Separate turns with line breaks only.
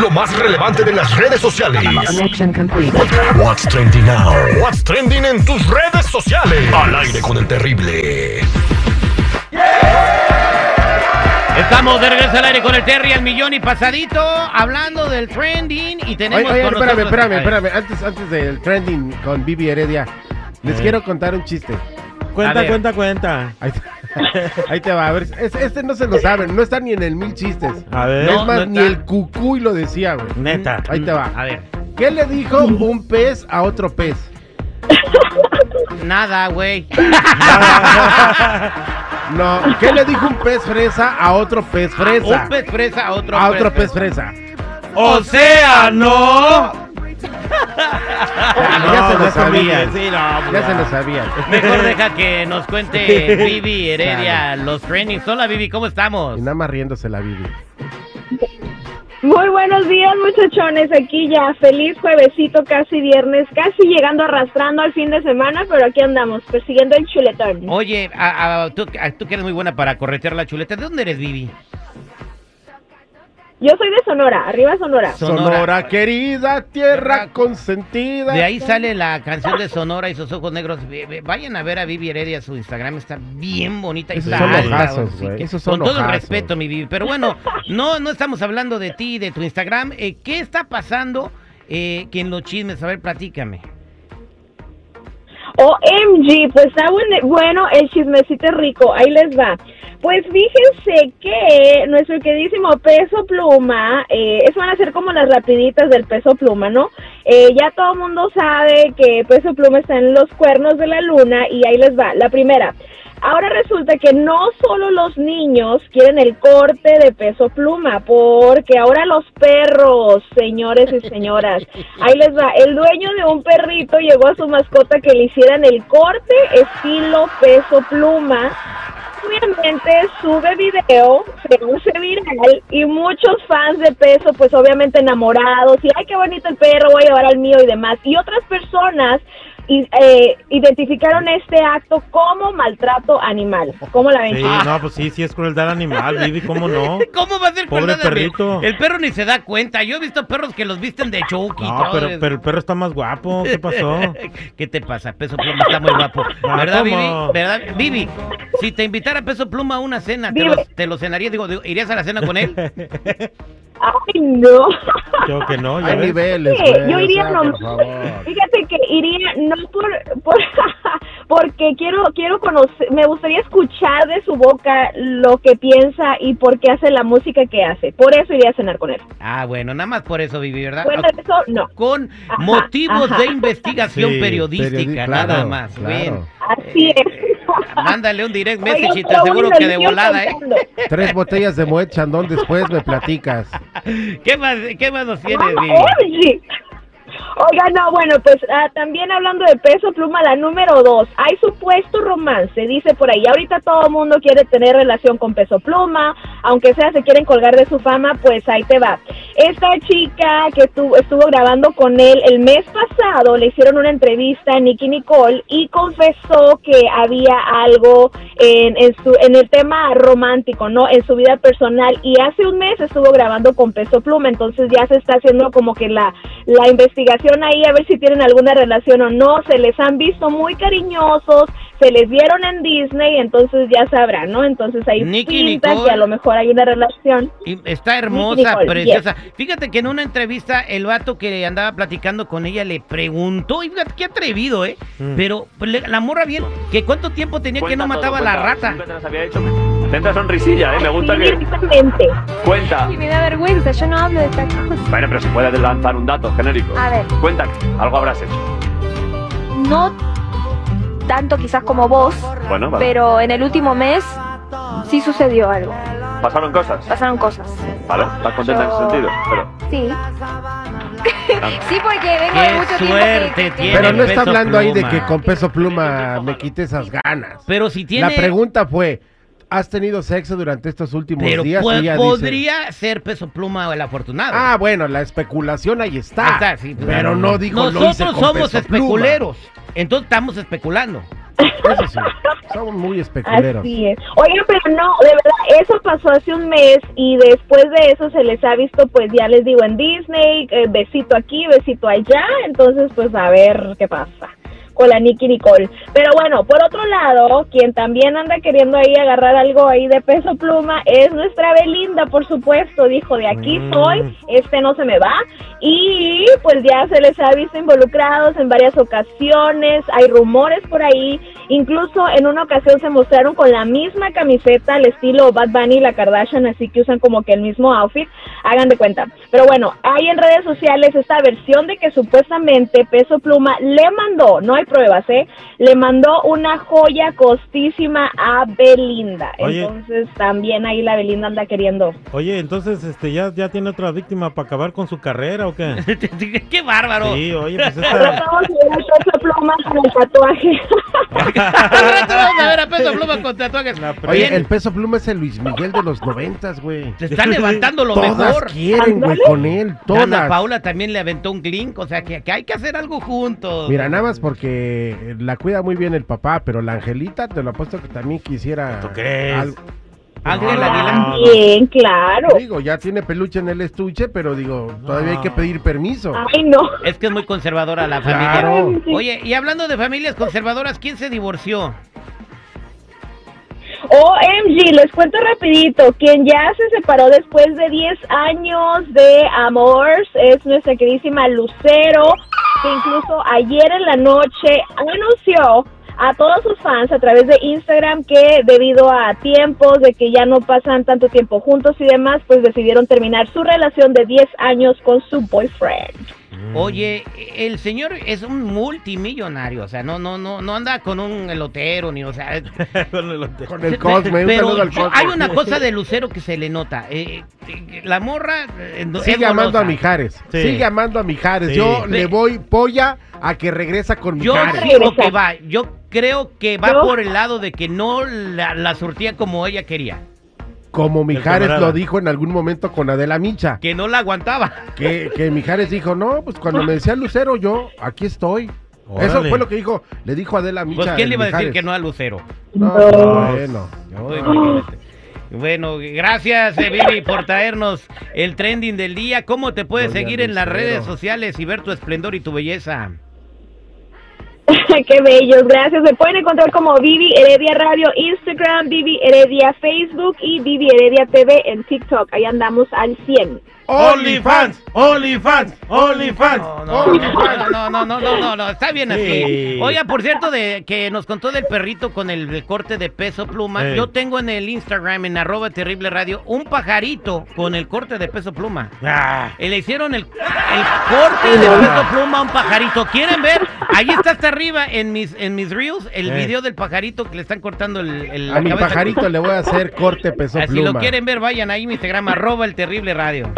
Lo más relevante de las redes sociales.
Connection complete.
What's trending now? What's trending en tus redes sociales. Al aire con el terrible.
Estamos de regreso al aire con el Terry al millón y pasadito, hablando del trending y
Oye,
tenemos
oye,
con
espérame,
nosotros-
espérame,
Ay,
espérame. Antes, antes del trending con Vivi Heredia, les quiero contar un chiste.
A
Cuenta,
ver.
cuenta, cuenta.
Ahí te, ahí te va, a ver. es- este no se lo saben, no está ni en el mil chistes.
A ver.
es más,
no
ni
está.
el cucuy lo decía, güey.
Neta.
Ahí te va.
A ver,
¿Qué le dijo un pez a otro pez?
nada, güey.
No, ¿qué le dijo un pez fresa a otro pez fresa?
Ah, Un pez fresa, otro
a otro pez fresa.
O sea, no.
Ya, ya se lo
pues,
sabían.
sí, no,
Ya
pues,
se lo sabían.
Mejor deja que nos cuente Vivi Heredia los trendings. Hola, Vivi, ¿cómo estamos?
Y nada más riéndose la Vivi.
Muy buenos días, muchachones. Aquí ya, feliz juevesito, casi viernes, casi llegando arrastrando al fin de semana, pero aquí andamos, persiguiendo el chuletón.
Oye, a- a- tú, a- tú que eres muy buena para corretear la chuleta, ¿de dónde eres, Vivi?
Yo soy de Sonora, arriba Sonora.
Sonora.
Sonora, querida, tierra consentida.
De ahí sale la canción de Sonora y sus ojos negros. Ve- ve- Vayan a ver a Vivi Heredia, su Instagram está bien bonita. y
Esos
está
son
alta,
ojazos,
así
güey,
que-
esos son
Con todo el
ojazos.
respeto, mi Vivi. Pero bueno, no, no estamos hablando de ti, de tu Instagram. Eh, ¿Qué está pasando eh, que en los chismes? A ver, platícame.
OMG, pues está buen- bueno el chismecito es rico, ahí les va. Pues fíjense que nuestro queridísimo peso pluma, eh, eso van a ser como las rapiditas del peso pluma, ¿no? Eh, ya todo el mundo sabe que peso pluma está en los cuernos de la luna y ahí les va. La primera, ahora resulta que no solo los niños quieren el corte de peso pluma, porque ahora los perros, señores y señoras, ahí les va, el dueño de un perrito llegó a su mascota que le hicieran el corte estilo peso pluma. Obviamente sube video, se hace viral y muchos fans de peso pues obviamente enamorados y ay qué bonito el perro, voy a llevar al mío y demás. Y otras personas y, eh, identificaron este acto como maltrato animal. ¿Cómo la ven?
Sí, no, pues sí, sí es crueldad animal, Vivi, ¿cómo no?
¿Cómo va a ser
Pobre
crueldad de-
perrito.
El perro ni se da cuenta. Yo he visto perros que los visten de Chucky.
No,
todo
pero,
eso.
pero el perro está más guapo, ¿qué pasó?
¿Qué te pasa? Peso Pluma está muy guapo.
Ah,
¿Verdad, Vivi?
¿cómo?
¿Verdad, Vivi? Si te invitara Peso Pluma a una cena, ¿te
Vive.
lo, te lo cenarías? Digo, digo, ¿irías a la cena con él?
Ay, no.
Yo que no, ya
Hay
ves.
niveles,
Sí,
güey,
yo
o
iría
sea,
nomás.
por favor.
Fíjate que iría no por, por- porque quiero quiero conocer, me gustaría escuchar de su boca lo que piensa y por qué hace la música que hace. Por eso iría a cenar con él.
Ah, bueno, nada más por eso, Vivi, ¿verdad?
Bueno, eso no.
Con
Ajá,
motivos
ajá.
de investigación
Sí,
periodística,
periodi-
nada
claro,
más.
claro.
Bien.
Así es.
Mándale Eh, un direct
Oigan,
message y te
pero
aseguro
bueno,
que de
sigo
volada, ¿eh?
contando.
Tres botellas de Moet Chandon después me platicas.
¿Qué más, qué más nos tienes,
Mamá, ¿eh?
Vivi?
Orgy. Oiga, no, bueno, pues ah, también hablando de peso pluma, la número dos, hay supuesto romance, dice por ahí, ahorita todo el mundo quiere tener relación con peso pluma, aunque sea se quieren colgar de su fama, pues ahí te va. Esta chica que estuvo, estuvo grabando con él el mes pasado, le hicieron una entrevista a Nicky Nicole y confesó que había algo en, en, su, en el tema romántico, ¿no? En su vida personal. Y hace un mes estuvo grabando con Peso Pluma, entonces ya se está haciendo como que la, la investigación ahí, a ver si tienen alguna relación o no. Se les han visto muy cariñosos, se les vieron en Disney, entonces ya sabrán, ¿no? Entonces ahí
Nicki
pinta
Nicole.
que a lo mejor hay una relación.
Y Está hermosa,
Nicole,
preciosa. Fíjate que en una entrevista el vato que andaba platicando con ella le preguntó, y fíjate qué atrevido, ¿eh?
Mm.
Pero pues, le- la morra bien, que cuánto tiempo tenía que no
Cuenta
mataba a
todo,
la
cuenta.
rata.
Nunca te las había hecho. Tenta sonrisilla, eh. Me gusta
Así
que.
directamente.
Cuenta.
Y me da vergüenza, yo no hablo de esta cosa.
Bueno, pero si puedes lanzar un dato genérico.
A ver.
Cuenta, algo habrás hecho.
No tanto quizás como vos,
Bueno, vale.
pero en el último mes sí sucedió algo.
Pasaron cosas.
Pasaron cosas.
Vale, estás contenta en ese sentido. Pero.
Sí. sí, porque vengo de
Qué
mucho tiempo.
suerte
que- que-
tiene.
Pero no está
Peso
hablando ahí de
Pluma.
que con peso pluma me quite esas ganas.
Pero si tiene...
La pregunta fue, ¿has tenido sexo durante estos últimos
pero
días?
po-
Y ella dice,
podría ser peso pluma el afortunado.
Ah, bueno, la especulación ahí está.
Ahí está, sí, pues,
pero no dijo lo hice
Nosotros
con
somos
Peso Pluma.
especuleros. Entonces estamos especulando.
Eso sí, son muy especuleros.
Así es. Oigan, pero no, de verdad, eso pasó hace un mes y después de eso se les ha visto, pues ya les digo, en Disney, eh, besito aquí, besito allá, entonces pues a ver qué pasa con la Nicky Nicole. Pero bueno, por otro lado, quien también anda queriendo ahí agarrar algo ahí de peso pluma es nuestra Belinda, por supuesto, dijo, de aquí
Mm.
soy, este no se me va. Y pues ya se les ha visto involucrados en varias ocasiones, hay rumores por ahí, incluso en una ocasión se mostraron con la misma camiseta al estilo Bad Bunny y la Kardashian, así que usan como que el mismo outfit, hagan de cuenta. Pero bueno, hay en redes sociales esta versión de que supuestamente Peso Pluma le mandó, no hay pruebas, ¿eh? Le mandó una joya costísima a Belinda.
Oye.
Entonces también ahí la Belinda anda queriendo.
Oye, entonces, este, ¿ya, ya tiene otra víctima para acabar con su carrera o qué?
¡Qué bárbaro!
Sí, oye, pues esta...
Tratamos de ver a Peso Pluma con el tatuaje.
Al rato vamos a ver a Peso Pluma con tatuajes.
La pre-
Oye,
Oye, el peso pluma es el Luis Miguel de los noventas, güey.
se está levantando lo
Todas
mejor.
quieren, güey,
Ándale.
con él,
Ana
todas.
Paula también le aventó un clink, o sea que, que hay que hacer algo juntos.
Mira, nada más porque la cuida muy bien el papá, pero la Angelita te lo apuesto que también quisiera.
¿Tú crees?
algo.
Ángel
No,
Aguilar.
no,
Bien, claro.
Digo, ya tiene peluche en el estuche, pero digo, todavía hay que pedir permiso.
Ah,
Ay, no.
Es que es muy conservadora la familia.
Claro.
Oye, y hablando de familias conservadoras, ¿quién se divorció?
OMG, les cuento rapidito, quien ya se separó después de 10 años de amor es nuestra queridísima Lucero, que incluso ayer en la noche anunció a todos sus fans a través de Instagram que debido a tiempos de que ya no pasan tanto tiempo juntos y demás, pues decidieron terminar su relación de 10 años con su boyfriend.
Mm.
Oye, el señor es un multimillonario, o sea, no, no, no, no anda con un elotero ni, o sea, es-
Con el hotel.
Con el Cosme, un
pero
saludo al
yo-
Cosme.
hay una cosa de Lucero que se le nota. eh, eh, la morra eh, no- es
Sigue amando
golosa.
a Mijares.
Sí.
Sigue amando a Mijares.
Sí.
Yo
Ve-
le voy polla a que regresa con
Yo
Mijares.
creo que va, yo creo que va
Yo-
por el lado de que no la, la surtía como ella quería,
Como Mijares
camarada.
lo dijo en algún momento con Adela Micha.
que no la aguantaba.
Que, que Mijares dijo, no, pues cuando me decía Lucero, yo aquí estoy. Eso
Órale.
fue lo que dijo, le dijo Adela Micha.
Pues quién le
el
iba a decir
Mijares.
que no Pues, a Lucero.
No,
No.
bueno. no.
Ay, imagínate. Bueno, gracias eh, Vivi por traernos el trending del día. ¿Cómo te puedes
Doña
seguir en las
Lucero.
redes sociales y ver tu esplendor y tu belleza?
Qué bellos, gracias. Me pueden encontrar como Vivi Heredia Radio, Instagram, Vivi Heredia Facebook y Vivi Heredia TV en TikTok. Ahí andamos al 100.
OnlyFans, OnlyFans, OnlyFans.
No, Oh, no, no, no, no, no, no, no, no, está bien así.
Sí.
Oiga, por cierto, de que nos contó del perrito con el, el corte de peso pluma.
Sí.
Yo tengo en el Instagram, en arroba terrible radio, un pajarito con el corte de peso pluma.
Ah,
Eh, Le hicieron el, el corte de peso pluma a un pajarito. ¿Quieren ver? Ahí está hasta arriba en mis, en mis reels el
Eh.
video del pajarito que le están cortando el, el- la
A mi
cabeza.
pajarito le voy a hacer corte peso
Ah, Si
pluma.
lo quieren ver, vayan ahí mi Instagram, arroba el terrible radio.